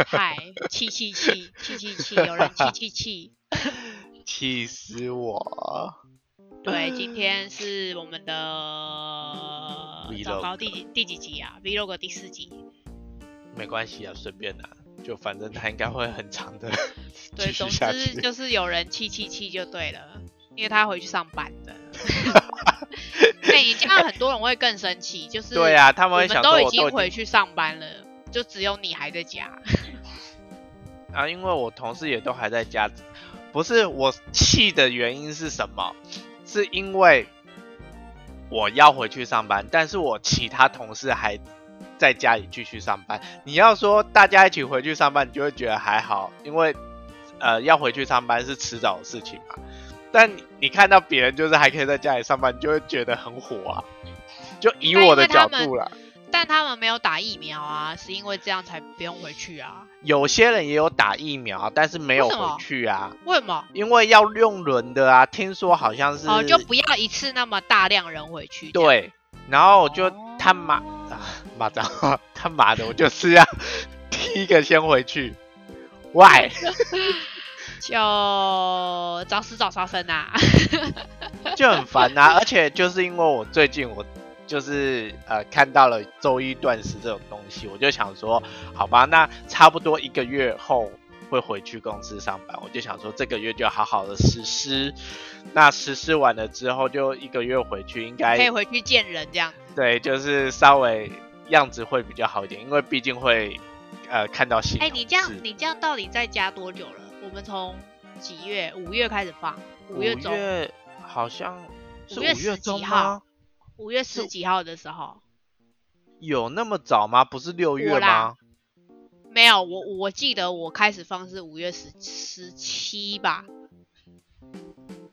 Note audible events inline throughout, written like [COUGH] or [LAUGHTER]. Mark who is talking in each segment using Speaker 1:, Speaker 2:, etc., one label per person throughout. Speaker 1: [LAUGHS]
Speaker 2: 气气气气气气，有人气气气。
Speaker 1: 气死我！
Speaker 2: 对，今天是我们的
Speaker 1: [LAUGHS] Vlog
Speaker 2: 糟糕第几第几集啊？Vlog 第四集。
Speaker 1: 没关系啊，随便啦、就反正它应该会很长的 [LAUGHS] 继
Speaker 2: 对，
Speaker 1: 续
Speaker 2: 总
Speaker 1: 下
Speaker 2: 之
Speaker 1: [LAUGHS] 去。
Speaker 2: 就是有人气气气就对了，因为他回去上班
Speaker 1: [LAUGHS]
Speaker 2: 了。哎、这样很多人会更生气，就是
Speaker 1: 对啊，他
Speaker 2: 我
Speaker 1: 们会
Speaker 2: 们
Speaker 1: 想说
Speaker 2: 都
Speaker 1: 我
Speaker 2: 已
Speaker 1: 都
Speaker 2: 经
Speaker 1: 已
Speaker 2: 回去上班了，就只有你还在家。 [LAUGHS]
Speaker 1: 啊，因为我同事也都还在家，不是我气的原因是什么？是因为我要回去上班，但是我其他同事还在家里继续上班。你要说大家一起回去上班，你就会觉得还好，因为呃要回去上班是迟早的事情嘛。但你你看到别人就是还可以在家里上班，你就会觉得很火啊。就以
Speaker 2: 但因
Speaker 1: 我的
Speaker 2: 为他
Speaker 1: 角
Speaker 2: 们
Speaker 1: 度啦，
Speaker 2: 但他们没有打疫苗啊，是因为这样才不用回去啊？
Speaker 1: 有些人也有打疫苗，但是没有
Speaker 2: 为什么
Speaker 1: 回去啊。
Speaker 2: 为什么？
Speaker 1: 因为要用轮的啊，听说好像是
Speaker 2: 哦，就不要一次那么大量人回去。这样，
Speaker 1: 对，然后我就、 [LAUGHS]
Speaker 2: 哦
Speaker 1: 他妈啊妈的他妈的，我就是要 [LAUGHS] 第一个先回去。喂，
Speaker 2: 就早死早超生啊。
Speaker 1: 就很
Speaker 2: [LAUGHS]
Speaker 1: 烦啊！而且就是因为我最近我就是呃看到了周一断食这种东西，我就想说，好吧，那差不多一个月后会回去公司上班，我就想说这个月就好好的实施。那实施完了之后，就一个月回去，应该
Speaker 2: 可以回去见人这样。
Speaker 1: 对，就是稍微样子会比较好一点，因为毕竟会呃看到新。
Speaker 2: 哎、你这样你这样到底在家多久了？我们从几月？五月开始放，五月中，
Speaker 1: 月好像是
Speaker 2: 五月
Speaker 1: 五月
Speaker 2: 十几
Speaker 1: 中
Speaker 2: 号
Speaker 1: 吗？
Speaker 2: 五月十几号的时候。
Speaker 1: 有那么早吗？不是六月
Speaker 2: 我啦
Speaker 1: 吗？
Speaker 2: 没有，我我记得我开始放是五月十十七吧，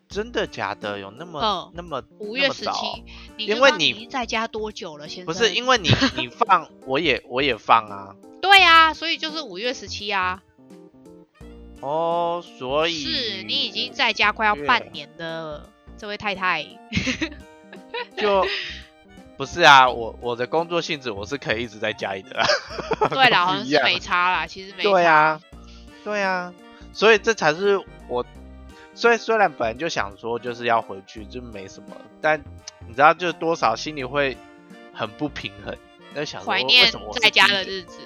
Speaker 1: 真的假的？有那么、
Speaker 2: 嗯
Speaker 1: 那么
Speaker 2: 五月十
Speaker 1: 那么
Speaker 2: 七
Speaker 1: 早。啊
Speaker 2: 你
Speaker 1: 因
Speaker 2: 就
Speaker 1: 为
Speaker 2: 知道
Speaker 1: 你
Speaker 2: 已经在家多久了，先生？
Speaker 1: 不是因
Speaker 2: [LAUGHS]
Speaker 1: 为你你放我也我也放啊
Speaker 2: 对啊，所以就是五月十七啊，
Speaker 1: 哦，所以
Speaker 2: 是你已经在家快要
Speaker 1: 五月
Speaker 2: 半年
Speaker 1: [LAUGHS]
Speaker 2: 了，这位太太。 [LAUGHS]
Speaker 1: 就不是啊，我我的工作性质我是可以一直在家里的啊、
Speaker 2: 对啦，好
Speaker 1: 不
Speaker 2: 像
Speaker 1: 一
Speaker 2: 是
Speaker 1: 样
Speaker 2: 没差啦，其实没差。
Speaker 1: 对啊，对啊，所以这才是我，所以虽然本来就想说就是要回去，就没什么，但你知道，就多少心里会很不平衡，在想说
Speaker 2: 怀
Speaker 1: 为
Speaker 2: 念
Speaker 1: 什么我是
Speaker 2: 在家
Speaker 1: 第一
Speaker 2: 的
Speaker 1: 个
Speaker 2: 日子。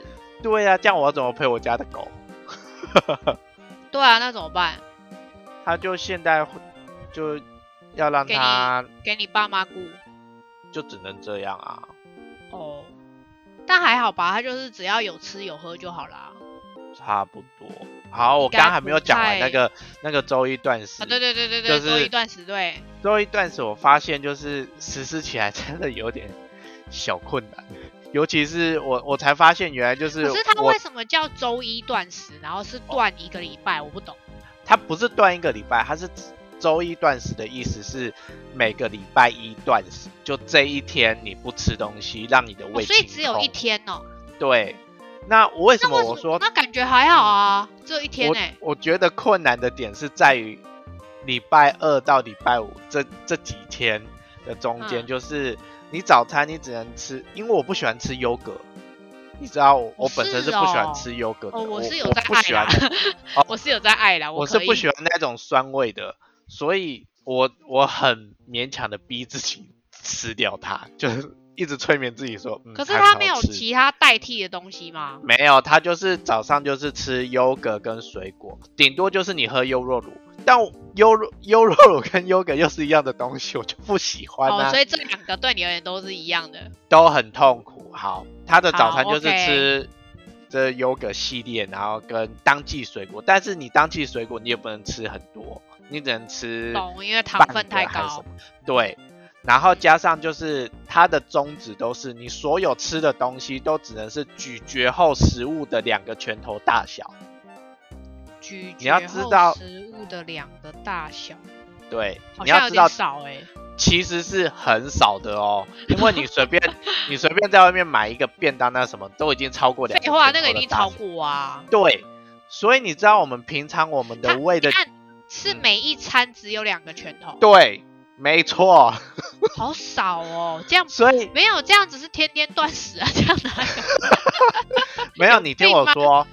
Speaker 1: 对啊，这样我要怎么陪我家的狗？
Speaker 2: 对啊，那怎么办？
Speaker 1: 它就现在会就要让
Speaker 2: 给你
Speaker 1: 它
Speaker 2: 给你爸妈顾
Speaker 1: 就只能这样啊。
Speaker 2: 哦。但还好吧，他就是只要有吃有喝就好啦。
Speaker 1: 差不多，好，我
Speaker 2: 应该
Speaker 1: 刚刚还没有
Speaker 2: 不
Speaker 1: 讲完那
Speaker 2: 太
Speaker 1: 个那个周一断食，
Speaker 2: 啊，对对对对
Speaker 1: 就
Speaker 2: 对，
Speaker 1: 是
Speaker 2: 做一段时对，
Speaker 1: 最后一段时，我发现就是实施起来真的有点小困难，尤其是我我才发现原来就是
Speaker 2: 可是他
Speaker 1: 我哦
Speaker 2: 为什么叫周一断食，然后是断一个礼拜？我不懂。
Speaker 1: 他不是断一个礼拜，他是周一断食的意思是每个礼拜一断食，就这一天你不吃东西，让你的
Speaker 2: 哦
Speaker 1: 胃、
Speaker 2: 所以只有一。天哦。
Speaker 1: 对，那我为什
Speaker 2: 那
Speaker 1: 么
Speaker 2: 为
Speaker 1: 我
Speaker 2: 什
Speaker 1: 说
Speaker 2: 么？那感觉还好啊，只有一天
Speaker 1: 我
Speaker 2: 呢、
Speaker 1: 我觉得困难的点是在于礼拜二到礼拜五这这几天的中间，
Speaker 2: 嗯
Speaker 1: 就是你早餐你只能吃，因为我不喜欢吃优格，你知道我
Speaker 2: 哦
Speaker 1: 我本身
Speaker 2: 是
Speaker 1: 是不喜欢
Speaker 2: 哦
Speaker 1: 吃优格的，
Speaker 2: 哦，
Speaker 1: 我
Speaker 2: 是有
Speaker 1: 我
Speaker 2: 在
Speaker 1: 不
Speaker 2: 爱
Speaker 1: 喜
Speaker 2: 啦
Speaker 1: 欢，哦
Speaker 2: [LAUGHS] 我是有在爱啦，
Speaker 1: 我是
Speaker 2: 可以。
Speaker 1: 不喜欢那种酸味的，所以我我很勉强的逼自己吃掉它，就是一直催眠自己说，嗯、
Speaker 2: 可是
Speaker 1: 它
Speaker 2: 他
Speaker 1: 很
Speaker 2: 没
Speaker 1: 好
Speaker 2: 有
Speaker 1: 吃
Speaker 2: 其他代替的东西吗？
Speaker 1: 没有，他就是早上就是吃优格跟水果，顶多就是你喝优酪乳。但优酪优酪乳跟优格又是一样的东西，我就不喜欢
Speaker 2: 哦，
Speaker 1: 啊，
Speaker 2: 所以这两个对你而言都是一样的。
Speaker 1: 都很痛苦。好，他的早餐
Speaker 2: 好
Speaker 1: 就是吃这优格系列，然后跟当季水果。但是你当季水果你也不能吃很多，你只能吃
Speaker 2: 懂，因为糖
Speaker 1: 半
Speaker 2: 分
Speaker 1: 个
Speaker 2: 太
Speaker 1: 还是什
Speaker 2: 高
Speaker 1: 么。对，然后加上就是它的宗旨都是你所有吃的东西都只能是咀嚼后食物的两个拳头大小。
Speaker 2: 咀
Speaker 1: 你要
Speaker 2: 嚼
Speaker 1: 知
Speaker 2: 后
Speaker 1: 道
Speaker 2: 食物的两个大小，
Speaker 1: 对，
Speaker 2: 好
Speaker 1: 你
Speaker 2: 像
Speaker 1: 要
Speaker 2: 有
Speaker 1: 知道
Speaker 2: 点少哎、
Speaker 1: 其实是很少的哦，因为你随
Speaker 2: [LAUGHS]
Speaker 1: 便你随便在外面买一个便当那什么都已经超过两个
Speaker 2: 废话，
Speaker 1: 拳
Speaker 2: 那个
Speaker 1: 头
Speaker 2: 一
Speaker 1: 的
Speaker 2: 定
Speaker 1: 大
Speaker 2: 超
Speaker 1: 小。
Speaker 2: 过啊。
Speaker 1: 对，所以你知道我们平常我们的
Speaker 2: 它
Speaker 1: 胃的
Speaker 2: 你看是每一餐只有两个拳头，
Speaker 1: 对，没错，
Speaker 2: 好少哦，这样
Speaker 1: 所
Speaker 2: [LAUGHS]
Speaker 1: 以
Speaker 2: 没有这样只是天天断食啊，这样哪有？
Speaker 1: 没有你听我
Speaker 2: 病吗
Speaker 1: 说，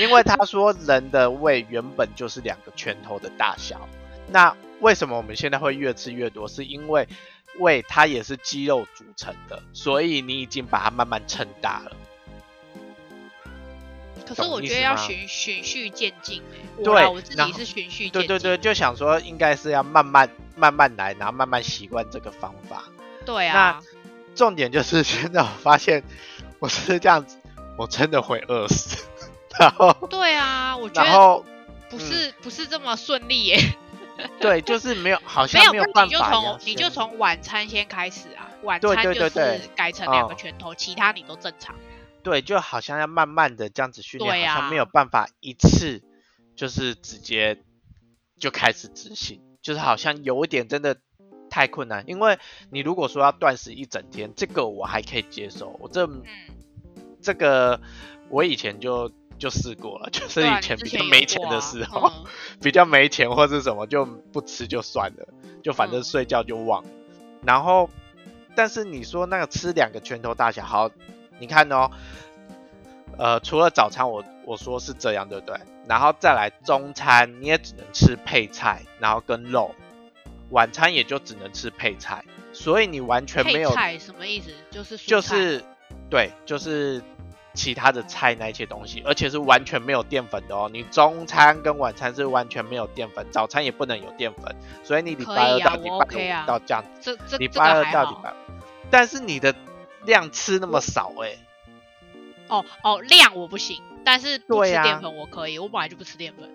Speaker 1: 因为他说人的胃原本就是两个拳头的大小，那为什么我们现在会越吃越多？是因为胃它也是肌肉组成的，所以你已经把它慢慢撑大了。
Speaker 2: 可是
Speaker 1: 懂
Speaker 2: 我
Speaker 1: 意
Speaker 2: 觉得
Speaker 1: 思
Speaker 2: 要
Speaker 1: 吗
Speaker 2: 循循序渐进欸我
Speaker 1: 对
Speaker 2: 啦我自
Speaker 1: 然
Speaker 2: 己
Speaker 1: 后
Speaker 2: 是循序渐
Speaker 1: 对
Speaker 2: 进，
Speaker 1: 对对，就想说应该是要慢慢慢慢来，然后慢慢习惯这个方法。
Speaker 2: 对啊，
Speaker 1: 重点就是现在我发现我是这样子，我真的会饿死。然后，
Speaker 2: 对啊，我觉
Speaker 1: 然
Speaker 2: 得
Speaker 1: 后，
Speaker 2: 不
Speaker 1: 嗯
Speaker 2: 是不是这么顺利欸耶，
Speaker 1: 对，就是没有，好
Speaker 2: 没
Speaker 1: 像
Speaker 2: 有，
Speaker 1: 没有
Speaker 2: 那
Speaker 1: 办
Speaker 2: 你就
Speaker 1: 法
Speaker 2: 从
Speaker 1: 呀。啊
Speaker 2: 你就从晚餐先开始啊，晚
Speaker 1: 对
Speaker 2: 餐
Speaker 1: 对
Speaker 2: 就
Speaker 1: 对对
Speaker 2: 是改成两个
Speaker 1: 嗯
Speaker 2: 拳头，其他你都正常。
Speaker 1: 对，就好像要慢慢的这样子训练，
Speaker 2: 对
Speaker 1: 好像没有
Speaker 2: 啊
Speaker 1: 办法一次就是直接就开始执行，就是好像有一点真的太困难。因为你如果说要断食一整天，这个我还可以接受，我这
Speaker 2: 嗯，
Speaker 1: 这个我以前就就试过了， [LAUGHS] 就是
Speaker 2: 对啊
Speaker 1: 以
Speaker 2: 你
Speaker 1: 前
Speaker 2: 之
Speaker 1: 比较
Speaker 2: 有
Speaker 1: 没钱
Speaker 2: 过
Speaker 1: 的
Speaker 2: 啊 [LAUGHS]
Speaker 1: 时候，
Speaker 2: 嗯
Speaker 1: [LAUGHS] 比较没钱或是什么就不吃就算了，就反正
Speaker 2: 嗯
Speaker 1: 睡觉就忘了。然后，但是你说那个吃两个拳头大小，好，你看哦，呃，除了早餐我我说是这样对不对？然后再来中餐你也只能吃配菜，然后跟肉，晚餐也就只能吃配菜，所以你完全没
Speaker 2: 配
Speaker 1: 有
Speaker 2: 菜什么意思？就是蔬
Speaker 1: 就
Speaker 2: 菜
Speaker 1: 是对，就是其他的菜那一些东西，而且是完全没有淀粉的哦。你中餐跟晚餐是完全没有淀粉，早餐也不能有淀粉，所以你礼
Speaker 2: 可
Speaker 1: 拜二
Speaker 2: 以啊
Speaker 1: 到礼
Speaker 2: 我
Speaker 1: 拜
Speaker 2: OK 啊
Speaker 1: 五到这样子，
Speaker 2: 这这
Speaker 1: 礼
Speaker 2: 这个
Speaker 1: 拜二
Speaker 2: 还
Speaker 1: 到礼
Speaker 2: 好
Speaker 1: 拜五，但是你的量吃那么少哎、
Speaker 2: 哦哦量我不行，但是不
Speaker 1: 对
Speaker 2: 吃
Speaker 1: 啊
Speaker 2: 淀粉我可以，我本来就不吃淀粉，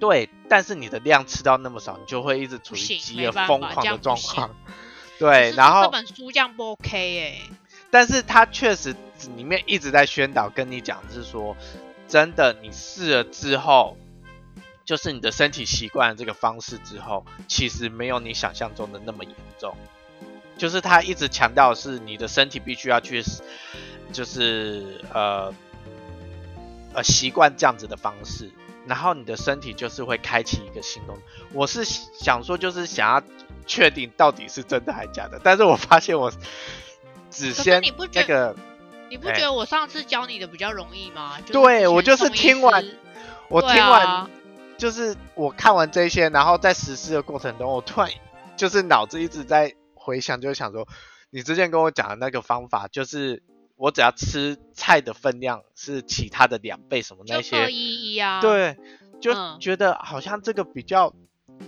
Speaker 1: 对，但是你的量吃到那么少，你就会一直处
Speaker 2: 不
Speaker 1: 于
Speaker 2: 行
Speaker 1: 饥
Speaker 2: 没
Speaker 1: 饿
Speaker 2: 办
Speaker 1: 疯
Speaker 2: 法这
Speaker 1: 狂的
Speaker 2: 样不
Speaker 1: 状
Speaker 2: 行
Speaker 1: 况。
Speaker 2: 可
Speaker 1: 对，
Speaker 2: 是
Speaker 1: 然
Speaker 2: 这
Speaker 1: 后
Speaker 2: 本书这样不 OK 哎、
Speaker 1: 但是他确实里面一直在宣导跟你讲，是说真的，你试了之后，就是你的身体习惯了这个方式之后，其实没有你想象中的那么严重。就是他一直强调的是你的身体必须要去，就是呃呃习惯这样子的方式，然后你的身体就是会开启一个新功能。我是想说，就是想要确定到底是真的还假的，但是我发现我只
Speaker 2: 可是
Speaker 1: 先
Speaker 2: 你不觉
Speaker 1: 那个
Speaker 2: 你不觉得我上次教你的比较容易吗？就是
Speaker 1: 哎对
Speaker 2: 之
Speaker 1: 我
Speaker 2: 前
Speaker 1: 就是
Speaker 2: 宋医
Speaker 1: 听完
Speaker 2: 师
Speaker 1: 我
Speaker 2: 对
Speaker 1: 听完、
Speaker 2: 啊
Speaker 1: 就是我看完这些，然后在实施的过程中，我突然就是脑子一直在回想，就是想说，你之前跟我讲的那个方法，就是我只要吃菜的分量是其他的两倍，什么那
Speaker 2: 就
Speaker 1: 些
Speaker 2: 二，一一啊，，
Speaker 1: 对，就
Speaker 2: 嗯
Speaker 1: 觉得好像这个比较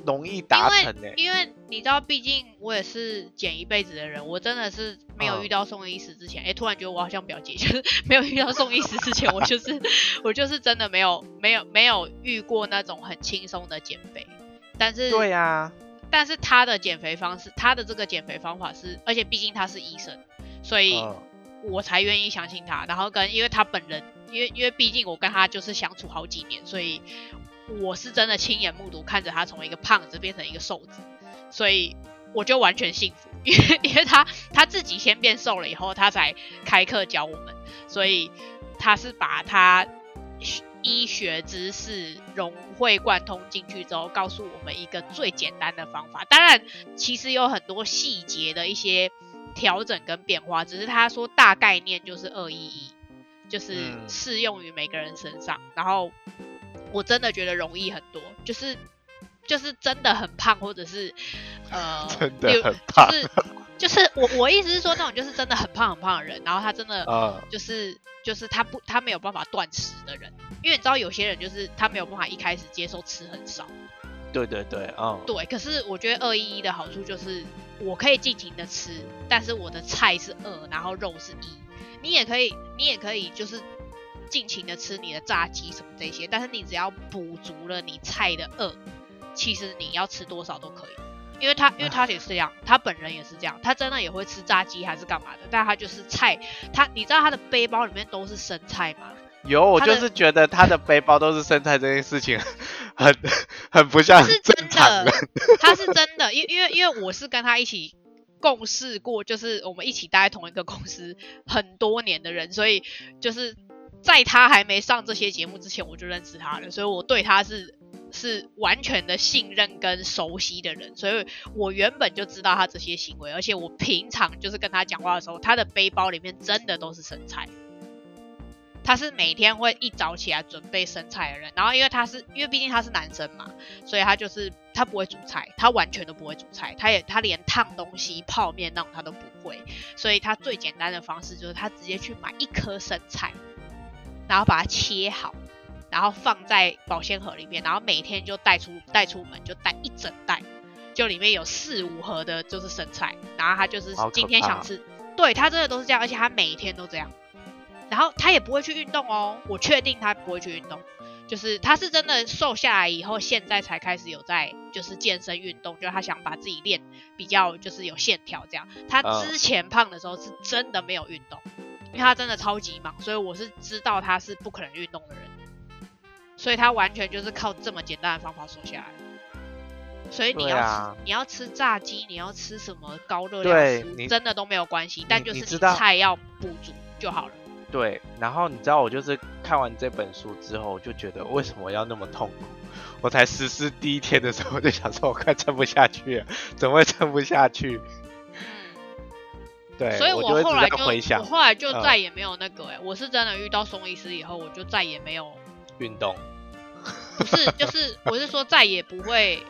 Speaker 1: 容易达成欸诶、
Speaker 2: 因为你知道，毕竟我也是减一辈子的人，我真的是没
Speaker 1: 嗯
Speaker 2: 有遇到宋医师之前，哎、突然觉得我好像表姐，就是 [LAUGHS] 没有遇到宋医师之前，我就是我就是真的没有没有没有遇过那种很轻松的减肥，但是
Speaker 1: 对啊呀、
Speaker 2: 但是他的减肥方式，他的这个减肥方法是，而且毕竟他是医生，所以
Speaker 1: 嗯，
Speaker 2: 我才愿意相信他。然后跟因为他本人，因为因为毕竟我跟他就是相处好几年，所以我是真的亲眼目睹看着他从一个胖子变成一个瘦子，所以我就完全信服，因为 [LAUGHS] 因为他他自己先变瘦了以后，他才开课教我们，所以他是把他学医学知识融会贯通进去之后，告诉我们一个最简单的方法。当然，其实有很多细节的一些调整跟变化，只是他说大概念就是二一一，就是
Speaker 1: 嗯，
Speaker 2: 适用于每个人身上。然后我真的觉得容易很多，就是就是真的很胖，或者是呃
Speaker 1: 真的
Speaker 2: 有
Speaker 1: 很怕
Speaker 2: 就是就是我我意思是说，那种就是真的很胖很胖的人，然后他真的
Speaker 1: 嗯，
Speaker 2: 就是就是他不他没有办法断食的人，因为你知道有些人就是他没有办法一开始接受吃很少，
Speaker 1: 对对对，嗯，
Speaker 2: 对。可是我觉得二一一的好处就是我可以尽情的吃，但是我的菜是二，然后肉是一。你也可以，你也可以就是尽情的吃你的炸鸡什么这些，但是你只要补足了你菜的二，其实你要吃多少都可以。因为他，因为他也是这样，他本人也是这样，他真的也会吃炸鸡还是干嘛的，但他就是菜，他你知道他的背包里面都是生菜吗？
Speaker 1: 有，我
Speaker 2: 他
Speaker 1: 就
Speaker 2: 的
Speaker 1: 是觉得他的背包都是生菜这件事情很 [LAUGHS] 很不像
Speaker 2: 是
Speaker 1: 正
Speaker 2: 真
Speaker 1: 常
Speaker 2: 的
Speaker 1: 人，，
Speaker 2: 他是真的，因因为因为我是跟他一起共事过，就是我们一起待在同一个公司很多年的人，所以就是在他还没上这些节目之前，我就认识他了，所以我对他是是完全的信任跟熟悉的人，所以我原本就知道他这些行为，而且我平常就是跟他讲话的时候，他的背包里面真的都是生菜。他是每天会一早起来准备生菜的人，然后因为他是因为毕竟他是男生嘛，所以他就是他不会煮菜，他完全都不会煮菜，他也他连烫东西、泡面那种他都不会，所以他最简单的方式就是他直接去买一颗生菜，然后把它切好，然后放在保鲜盒里面，然后每天就带出带出门就带一整袋，就里面有四五盒的就是生菜，然后他就是
Speaker 1: 好可
Speaker 2: 今天想
Speaker 1: 怕
Speaker 2: 吃，对他真的都是这样，而且他每天都这样。然后他也不会去运动哦，我确定他不会去运动，就是他是真的瘦下来以后，现在才开始有在就是健身运动，就是他想把自己练比较就是有线条这样。他
Speaker 1: 嗯
Speaker 2: 之前胖的时候是真的没有运动，因为他真的超级忙，所以我是知道他是不可能运动的人，所以他完全就是靠这么简单的方法瘦下来。所以你
Speaker 1: 对
Speaker 2: 要吃、
Speaker 1: 啊
Speaker 2: 你要吃炸鸡，你要吃什么高热
Speaker 1: 对
Speaker 2: 量食物，
Speaker 1: 你
Speaker 2: 真的都没有关系，但
Speaker 1: 你
Speaker 2: 就
Speaker 1: 你
Speaker 2: 是
Speaker 1: 知道
Speaker 2: 菜要补足就好了。
Speaker 1: 对，然后你知道我就是看完这本书之后，我就觉得为什么要那么痛苦？我才实施第一天的时候，我就想说，我快撑不下去了，怎么会撑不下去？
Speaker 2: 嗯。
Speaker 1: 对，
Speaker 2: 所以
Speaker 1: 哎我
Speaker 2: 后来
Speaker 1: 一直
Speaker 2: 就
Speaker 1: 在回
Speaker 2: 我
Speaker 1: 想
Speaker 2: 后来就
Speaker 1: 嗯
Speaker 2: 再也没有那个哎、我是真的遇到宋医师以后，我就再也没有，
Speaker 1: 运动，
Speaker 2: 不是就是 [LAUGHS] 我是说再也不会，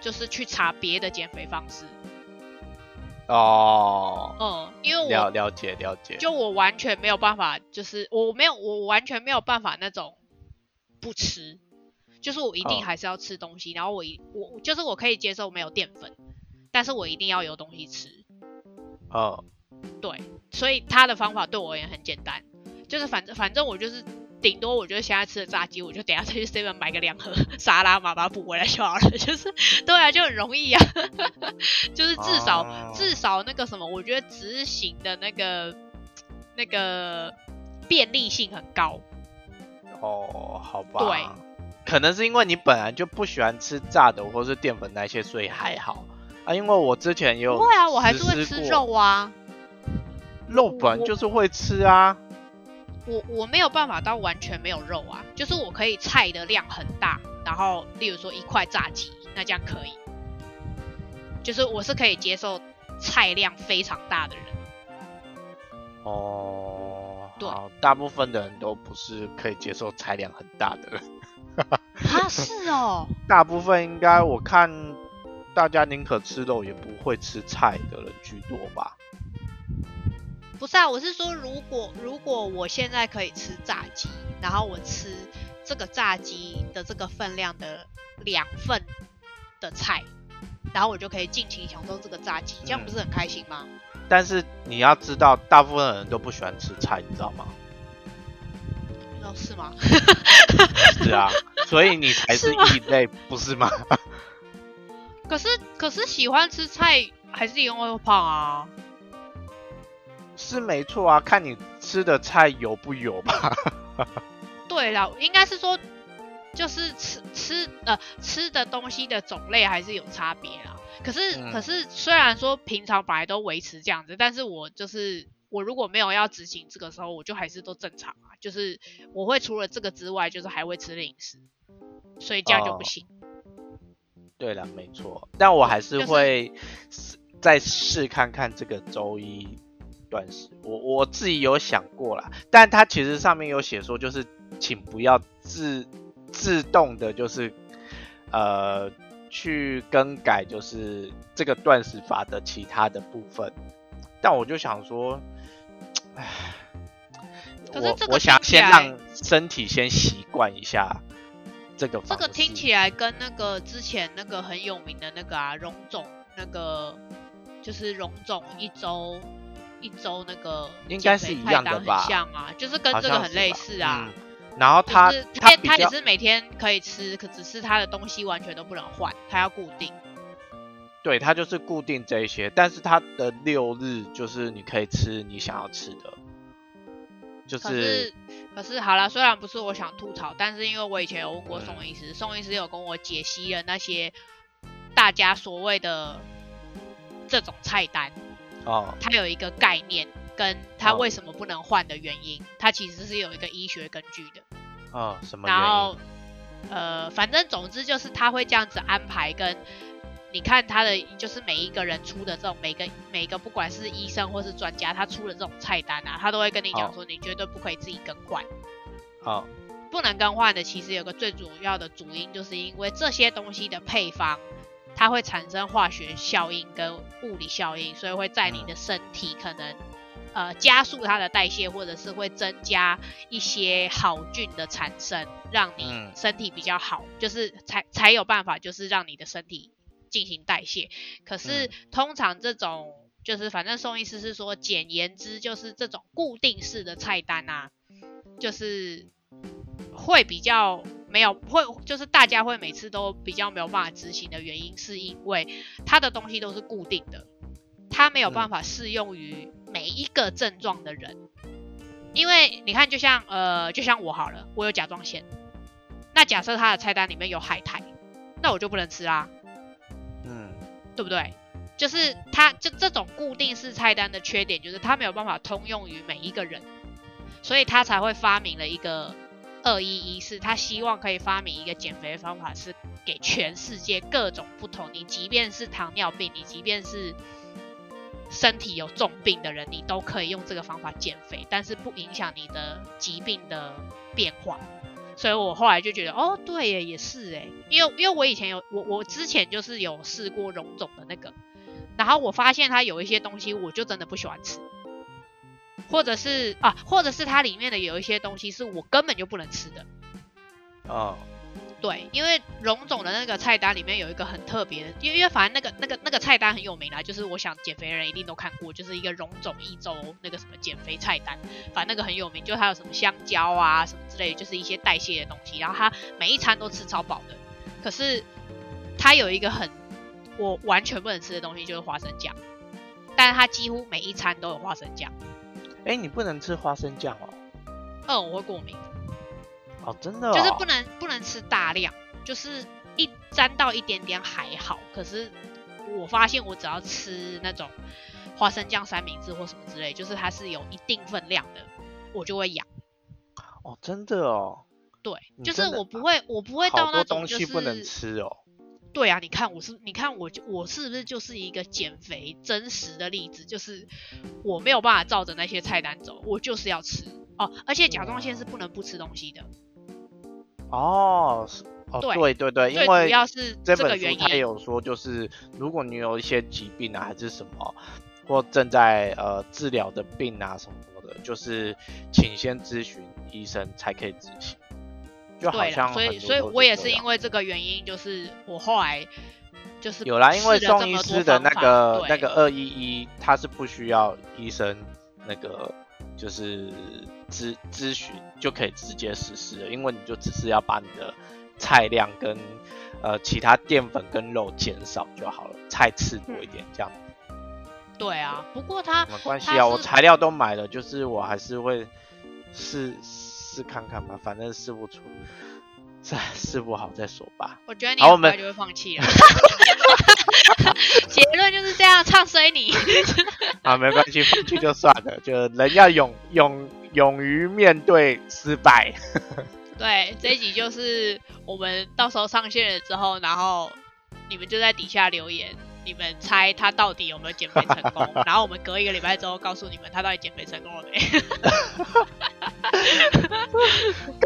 Speaker 2: 就是去查别的减肥方式，
Speaker 1: 哦，
Speaker 2: 嗯，因为
Speaker 1: 了
Speaker 2: 我
Speaker 1: 了解了解，
Speaker 2: 就我完全没有办法，就是我没有我完全没有办法那种不吃，就是我一定
Speaker 1: 嗯
Speaker 2: 还是要吃东西，然后我一我就是我可以接受没有淀粉，但是我一定要有东西吃，
Speaker 1: 嗯，
Speaker 2: 对，所以他的方法对我而言很简单，就是反正反正我就是顶多我就是现在吃的炸鸡，我就等一下再去 seven 买个两盒 [LAUGHS] 沙拉嘛，把它补回来就好了。 [LAUGHS] 就是对啊，就很容易啊， [LAUGHS] 就是至少、
Speaker 1: 哦
Speaker 2: 至少那个什么，我觉得执行的那个那个便利性很高。
Speaker 1: 哦，好吧，
Speaker 2: 对，
Speaker 1: 可能是因为你本来就不喜欢吃炸的或是淀粉那些，所以还好啊。因为我之前也有
Speaker 2: 不会啊，我还是会
Speaker 1: 实施
Speaker 2: 吃
Speaker 1: 过
Speaker 2: 肉啊，
Speaker 1: 肉本来就是会吃啊。
Speaker 2: 我我没有办法到完全没有肉啊，就是我可以菜的量很大，然后例如说一块炸鸡，那这样可以，就是我是可以接受菜量非常大的人，
Speaker 1: 哦，
Speaker 2: 对
Speaker 1: 好，大部分的人都不是可以接受菜量很大的人，
Speaker 2: 啊是哦，
Speaker 1: 大部分应该我看大家宁可吃肉也不会吃菜的人居多吧。
Speaker 2: 不是啊，我是说如果如果我现在可以吃炸鸡，然后我吃这个炸鸡的这个分量的两份的菜，然后我就可以尽情享受这个炸鸡，这样不是很开心吗？
Speaker 1: 但是你要知道，大部分的人都不喜欢吃菜，你知道吗？ [LAUGHS]
Speaker 2: 哦是吗？
Speaker 1: 是啊，所以你才是
Speaker 2: 是吗
Speaker 1: 异类，不是吗？ [LAUGHS]
Speaker 2: 可是可是喜欢吃菜还是一样会胖啊？
Speaker 1: 是没错啊，看你吃的菜油不油吧。
Speaker 2: 对啦，应该是说就是吃吃呃吃的东西的种类还是有差别啦。可是、
Speaker 1: 嗯
Speaker 2: 可是虽然说平常本来都维持这样子，但是我就是我如果没有要执行这个时候，我就还是都正常啊，就是我会除了这个之外，就是还会吃零食，所以这样就不
Speaker 1: 哦
Speaker 2: 行。
Speaker 1: 对了，没错，但我还是
Speaker 2: 就是
Speaker 1: 会试再试看看这个周一断食。我我自己有想过啦，但它其实上面有写说，就是请不要自自动的，就是呃去更改，就是这个断食法的其他的部分。但我就想说，唉，
Speaker 2: 可是
Speaker 1: 我
Speaker 2: 这个
Speaker 1: 我想
Speaker 2: 听起来
Speaker 1: 先让身体先习惯一下这个
Speaker 2: 这
Speaker 1: 方式。
Speaker 2: 个听起来跟那个之前那个很有名的那个啊，荣总那个就是荣总一周一周那个
Speaker 1: 应该
Speaker 2: 减肥
Speaker 1: 是一
Speaker 2: 派
Speaker 1: 样的
Speaker 2: 单很
Speaker 1: 吧
Speaker 2: 像啊，就是跟
Speaker 1: 好
Speaker 2: 这个
Speaker 1: 像
Speaker 2: 很
Speaker 1: 是
Speaker 2: 类
Speaker 1: 吧
Speaker 2: 似啊。
Speaker 1: 嗯然后他
Speaker 2: 就是
Speaker 1: 他
Speaker 2: 他
Speaker 1: 比
Speaker 2: 他也
Speaker 1: 较
Speaker 2: 是每天可以吃，可只是他的东西完全都不能换，他要固定。
Speaker 1: 对他就是固定这一些，但是他的六日就是你可以吃你想要吃的，就
Speaker 2: 可是可是好啦，虽然不是我想吐槽，但是因为我以前有问
Speaker 1: 嗯
Speaker 2: 过宋医师，宋医师有跟我解析了那些大家所谓的这种菜单。
Speaker 1: 哦
Speaker 2: 它有一个概念，跟它
Speaker 1: 哦
Speaker 2: 为什么不能换的原因，它其实是有一个医学根据的。
Speaker 1: 哦什么
Speaker 2: 然
Speaker 1: 原因？
Speaker 2: 后呃，反正总之就是他会这样子安排跟。你看他的就是每一个人出的这种每个每个不管是医生或是专家，他出的这种菜单啊，他都会跟你讲
Speaker 1: 哦
Speaker 2: 说你绝对不可以自己更换，
Speaker 1: 哦，
Speaker 2: 不能更换的其实有个最主要的主因，就是因为这些东西的配方它会产生化学效应跟物理效应，所以会在你的身体可能呃加速它的代谢，或者是会增加一些好菌的产生，让你
Speaker 1: 嗯
Speaker 2: 身体比较好，就是才才有办法就是让你的身体进行代谢。可是
Speaker 1: 嗯
Speaker 2: 通常这种就是反正宋医师是说，简言之就是这种固定式的菜单啊，就是会比较没有会，就是大家会每次都比较没有办法执行的原因，是因为它的东西都是固定的，它没有办法适用于每一个症状的人。因为你看，就像呃，就像我好了，我有甲状腺，那假设它的菜单里面有海苔，那我就不能吃啊啦。
Speaker 1: 嗯，
Speaker 2: 对不对？就是它就这种固定式菜单的缺点，就是它没有办法通用于每一个人，所以他才会发明了一个二一一四，他希望可以发明一个减肥方法，是给全世界各种不同，你即便是糖尿病，你即便是身体有重病的人，你都可以用这个方法减肥，但是不影响你的疾病的变化。所以我后来就觉得，哦，对耶，也是哎，因为因为我以前有我我之前就是有试过荣总的那个，然后我发现它有一些东西我就真的不喜欢吃，或者是啊，或者是它里面的有一些东西是我根本就不能吃的。
Speaker 1: 哦，
Speaker 2: 对，因为荣总的那个菜单里面有一个很特别的，因为因为反正那个那个那个菜单很有名啦，就是我想减肥的人一定都看过，就是一个荣总一周那个什么减肥菜单，反正那个很有名，就还有什么香蕉啊什么之类的，就是一些代谢的东西。然后他每一餐都吃超饱的，可是他有一个很我完全不能吃的东西，就是花生酱，但是他几乎每一餐都有花生酱，
Speaker 1: 哎，你不能吃花生酱哦，
Speaker 2: 嗯，我会过敏。
Speaker 1: 哦，真的、哦，
Speaker 2: 就是不能不能吃大量，就是一沾到一点点还好。可是我发现我只要吃那种花生酱三明治或什么之类，就是它是有一定分量的，我就会痒。
Speaker 1: 哦，真的哦，
Speaker 2: 对，
Speaker 1: 你
Speaker 2: 就是
Speaker 1: 真的啊
Speaker 2: 我不会，我不会到
Speaker 1: 好
Speaker 2: 那
Speaker 1: 多
Speaker 2: 种
Speaker 1: 东
Speaker 2: 就
Speaker 1: 西
Speaker 2: 是
Speaker 1: 不能吃哦，
Speaker 2: 对啊，你看我是，你看我就我是不是就是一个减肥真实的例子？就是我没有办法照着那些菜单走，我就是要吃哦。而且甲状腺是不能不吃东西的，
Speaker 1: 哦，是哦，
Speaker 2: 对
Speaker 1: 对对对，因
Speaker 2: 最主
Speaker 1: 为
Speaker 2: 要是
Speaker 1: 这
Speaker 2: 这个
Speaker 1: 本
Speaker 2: 原
Speaker 1: 书
Speaker 2: 因。
Speaker 1: 它也有说，就是如果你有一些疾病啊，还是什么，或正在呃治疗的病啊什么的，就是请先咨询医生才可以执行。就好
Speaker 2: 对
Speaker 1: 像
Speaker 2: 啦，所以
Speaker 1: 很多
Speaker 2: 所以
Speaker 1: 都
Speaker 2: 我也
Speaker 1: 这
Speaker 2: 是因
Speaker 1: 样
Speaker 2: 为这个原因，就是我后来就是
Speaker 1: 有啦，因为
Speaker 2: 试了这
Speaker 1: 宋医
Speaker 2: 么多
Speaker 1: 师的
Speaker 2: 方
Speaker 1: 那
Speaker 2: 法
Speaker 1: 个
Speaker 2: 对
Speaker 1: 那个二一一，他是不需要医生那个就是咨咨询就可以直接实施的，因为你就只是要把你的菜量跟呃其他淀粉跟肉减少就好了，菜吃多一点这样，
Speaker 2: 对啊，不过嗯他
Speaker 1: 没关系
Speaker 2: 它
Speaker 1: 啊，我
Speaker 2: 是
Speaker 1: 材料都买了，就是我还是会试试看看吧，反正试不出，试试不好再说吧。
Speaker 2: 我觉得你
Speaker 1: 好我
Speaker 2: 很
Speaker 1: 们
Speaker 2: 快就会放弃
Speaker 1: [LAUGHS]
Speaker 2: 了。结论就是这样，唱衰你。
Speaker 1: [LAUGHS] 啊，没关系，放弃就算了。
Speaker 2: [LAUGHS]
Speaker 1: 就人要勇勇勇于面对失败。
Speaker 2: 对，这一集就是我们到时候上线了之后，然后你们就在底下留言，你们猜他到底有没有减肥成
Speaker 1: [LAUGHS]
Speaker 2: 功，然后我们隔一个礼拜之后告诉你们他到底减肥成功了没。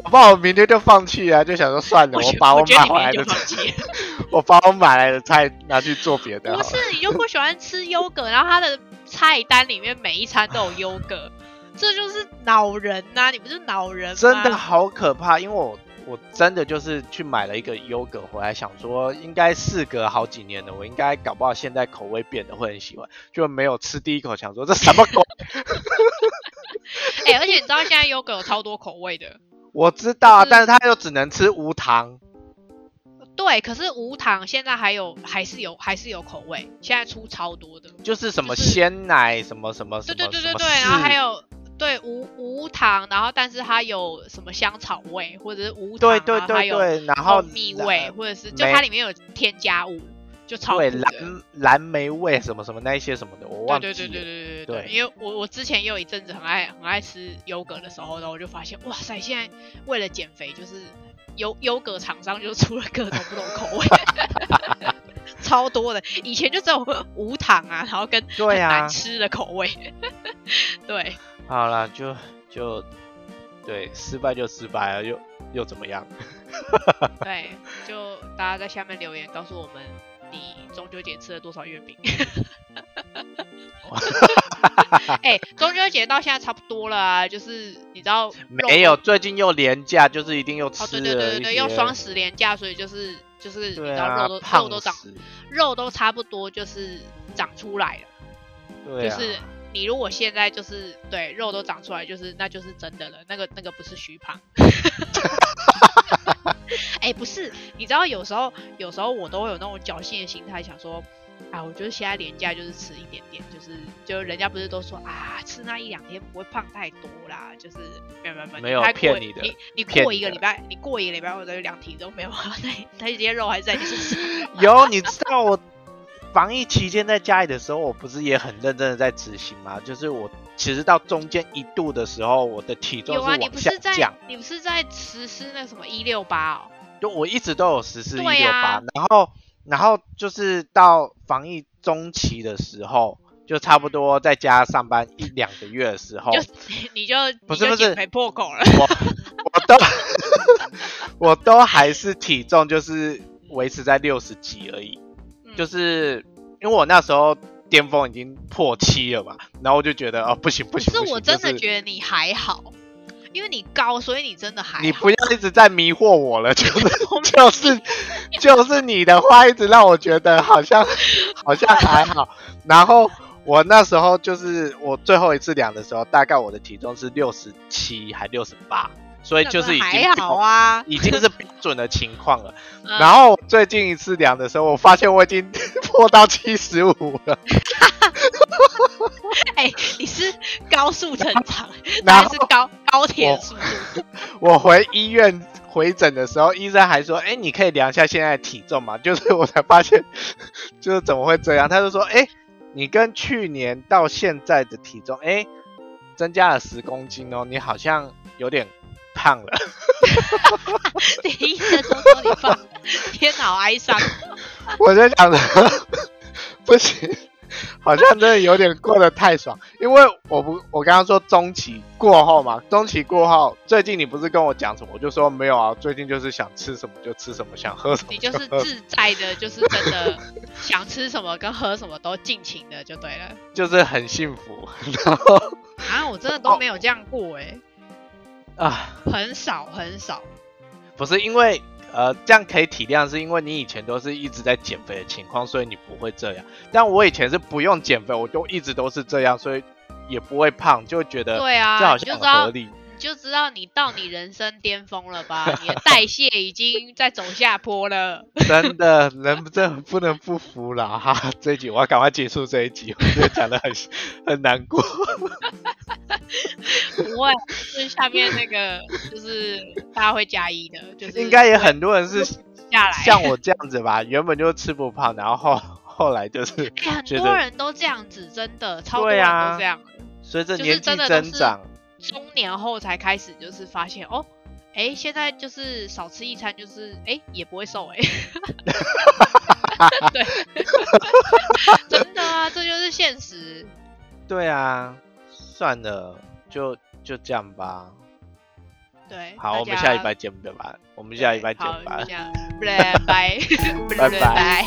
Speaker 1: 搞不好我明天就放弃了，就想说算了，我
Speaker 2: 觉
Speaker 1: 把
Speaker 2: 我觉得
Speaker 1: 买
Speaker 2: 你
Speaker 1: 回来
Speaker 2: 明天
Speaker 1: 的
Speaker 2: 就
Speaker 1: 菜，
Speaker 2: 放弃了。
Speaker 1: 我把我买来的菜拿去做别的好
Speaker 2: 不
Speaker 1: 了。
Speaker 2: 是，你就不喜欢吃优格，然后他的菜单里面每一餐都有优格，这就是恼人呐、你不是恼人吗？
Speaker 1: 真的好可怕，因为我我真的就是去买了一个优格回来，想说应该事隔好几年了，我应该搞不好现在口味变得会很喜欢，就没有吃第一口想说这什
Speaker 2: [LAUGHS]
Speaker 1: 么狗
Speaker 2: 哎、而且你知道现在优格有超多口味的，
Speaker 1: 我知道啊，
Speaker 2: 就是
Speaker 1: 但是它又只能吃无糖。
Speaker 2: 对，可是无糖现在还有还是有还是有口味，现在出超多的，
Speaker 1: 就是什么
Speaker 2: 就是
Speaker 1: 鲜奶，什么什么什
Speaker 2: 对
Speaker 1: 么，
Speaker 2: 对对对
Speaker 1: 什么
Speaker 2: 对，然后还
Speaker 1: 士
Speaker 2: 有。对无无糖，然后但是它有什么香草味，或者是无糖，
Speaker 1: 对对
Speaker 2: 啊然后它
Speaker 1: 对
Speaker 2: 有
Speaker 1: 对，然后
Speaker 2: 蜂蜜味，或者是就
Speaker 1: 没
Speaker 2: 它里面有添加物，就超
Speaker 1: 对
Speaker 2: 酷的
Speaker 1: 蓝蓝莓味什么什么那一些什么的，我忘
Speaker 2: 对
Speaker 1: 记了。
Speaker 2: 对对对对
Speaker 1: 对
Speaker 2: 因为我我之前也有一阵子很爱很爱吃优格的时候呢，我就发现哇塞，现在为了减肥就是优优格厂商就出了各种不同口味， [LAUGHS] 超多的。以前就只有无糖啊，然后跟
Speaker 1: 对
Speaker 2: 很
Speaker 1: 啊
Speaker 2: 难，吃的口味。 [LAUGHS] 对，
Speaker 1: 好了，就就对，失败就失败啊了，又又怎么样？
Speaker 2: 对，就大家在下面留言告诉我们，你中秋节吃了多少月饼？ [LAUGHS] 哎、中秋节到现在差不多了啊，就是你知道
Speaker 1: 没有，最近又廉价，就是一定又吃
Speaker 2: 哦，对
Speaker 1: 了
Speaker 2: 对对对对，
Speaker 1: 一
Speaker 2: 要
Speaker 1: 些
Speaker 2: 双十连假，所以就是就是你
Speaker 1: 对
Speaker 2: 知道
Speaker 1: 啊，
Speaker 2: 肉都、
Speaker 1: 胖
Speaker 2: 肉都长
Speaker 1: 死
Speaker 2: 肉都差不多就是长出来了，
Speaker 1: 对啊，
Speaker 2: 就是你如果现在就是对肉都长出来，就是那就是真的了，那个那个不是虚胖。 [LAUGHS] 哎、不是，你知道有时候有时候我都会有那种侥幸的心态，想说。啊，我觉得现在廉价就是吃一点点，就是就人家不是都说啊，吃那一两天不会胖太多啦，就是没有没有没
Speaker 1: 没有
Speaker 2: 太过
Speaker 1: 骗你的
Speaker 2: 你你
Speaker 1: 骗
Speaker 2: 过
Speaker 1: 你
Speaker 2: 一个
Speaker 1: 的
Speaker 2: 礼拜，你过一个礼拜我再量体重没有，那那些肉还在你身上。
Speaker 1: 有，你知
Speaker 2: [LAUGHS]
Speaker 1: 道我防疫期间在家里的时候，我不是也很认真的在执行吗？就是我其实到中间一度的时候，我的体重
Speaker 2: 有啊，你
Speaker 1: 往
Speaker 2: 不
Speaker 1: 下
Speaker 2: 是
Speaker 1: 降
Speaker 2: 在，你不是在实施那个什么一六八哦？
Speaker 1: 就我一直都有实施一
Speaker 2: 对
Speaker 1: 六
Speaker 2: 啊
Speaker 1: 八，然后然后就是到防疫中期的时候，就差不多在家上班一两个月的时候，
Speaker 2: 就你就
Speaker 1: 不
Speaker 2: 你
Speaker 1: 是
Speaker 2: 就
Speaker 1: 不是
Speaker 2: 减肥破口了，
Speaker 1: 我我
Speaker 2: [LAUGHS]
Speaker 1: 都 [LAUGHS] 我都还是体重就是维持在六十几而已，
Speaker 2: 嗯
Speaker 1: 就是因为我那时候巅峰已经破七了嘛，然后我就觉得哦不行不
Speaker 2: 可
Speaker 1: 行，
Speaker 2: 是
Speaker 1: 不行
Speaker 2: 我真的
Speaker 1: 就是
Speaker 2: 觉得你还好，因为你高，所以你真的还好。
Speaker 1: 你不要一直在迷惑我
Speaker 2: [LAUGHS]
Speaker 1: 了，就是
Speaker 2: 啊我没
Speaker 1: 就是就是你的话一直让我觉得好像好像还好。然后我那时候就是我最后一次量的时候，大概我的体重是六十七还六十八，所以
Speaker 2: 那
Speaker 1: 就是已经
Speaker 2: 还好啊。
Speaker 1: 已经是标准的情况了。
Speaker 2: 嗯
Speaker 1: 然后最近一次量的时候，我发现我已经 [LAUGHS] 破到七十五了，
Speaker 2: 哎、你是高速成长，
Speaker 1: 然
Speaker 2: 还
Speaker 1: 后
Speaker 2: 是高高铁
Speaker 1: 我
Speaker 2: 速度？
Speaker 1: 我回医院回诊的时候，医生还说：“哎、你可以量一下现在的体重嘛。” [LAUGHS] 就是我才发现， [LAUGHS] 就是怎么会这样？他就说：“哎、你跟去年到现在的体重，哎、增加了十公斤哦，你好像有点胖了。 [LAUGHS]
Speaker 2: 第一生都说你胖，天脑哀伤。”
Speaker 1: 我就想着， [LAUGHS] 不行，好像真的有点过得太爽，因为我不，我刚刚说中期过后嘛，中期过后，最近你不是跟我讲什么，我就说没有啊，最近就是想吃什么就吃什么，想喝什么
Speaker 2: 你
Speaker 1: [LAUGHS]
Speaker 2: 就是
Speaker 1: 喝什么
Speaker 2: 自在的，就是真的想吃什么跟喝什么都尽情的就对了。
Speaker 1: 就是很幸福， [LAUGHS] 然后
Speaker 2: 啊，我真的
Speaker 1: 哦
Speaker 2: 都没有这样过哎、
Speaker 1: 啊，
Speaker 2: 很少很少。
Speaker 1: 不是因为呃这样可以体谅，是因为你以前都是一直在减肥的情况，所以你不会这样。但我以前是不用减肥，我就一直都是这样，所以也不会胖，就觉得
Speaker 2: 对啊，
Speaker 1: 呃这好
Speaker 2: 你就
Speaker 1: 像
Speaker 2: 知
Speaker 1: 很合
Speaker 2: 道
Speaker 1: 理。
Speaker 2: 你就知道你到你人生巅峰了吧？你的代谢已经在走下坡了。 [LAUGHS]
Speaker 1: 真的，人真的不能不服啦！哈， [LAUGHS] 这一集我要赶快结束这一集，我觉得讲的很很难过。
Speaker 2: 不会，就是下面那个就是大家会加一的， [LAUGHS] 就是
Speaker 1: 应该也很多人是
Speaker 2: 下来。
Speaker 1: 像我这样子吧，原本就吃不胖，然后后后来就是
Speaker 2: 哎很
Speaker 1: 觉
Speaker 2: 多
Speaker 1: 得
Speaker 2: 人都这样子，真的，超多
Speaker 1: 对
Speaker 2: 人
Speaker 1: 啊
Speaker 2: 都这样。
Speaker 1: 随着
Speaker 2: 就是
Speaker 1: 年纪
Speaker 2: 真的都
Speaker 1: 增
Speaker 2: 是
Speaker 1: 长，
Speaker 2: 中年后才开始就是发现哦，哎、现在就是少吃一餐，就是哎、诶也不会瘦哎、 [LAUGHS]
Speaker 1: [LAUGHS]
Speaker 2: 对， [LAUGHS] 真的啊，这就是现实。
Speaker 1: 对啊，算了，就就这样吧。
Speaker 2: 对，
Speaker 1: 好，
Speaker 2: 大
Speaker 1: 我们
Speaker 2: 家
Speaker 1: 下礼拜见，拜拜。我们下礼拜见，
Speaker 2: 好，
Speaker 1: 拜
Speaker 2: 就这。样拜拜，
Speaker 1: 拜拜
Speaker 2: 拜。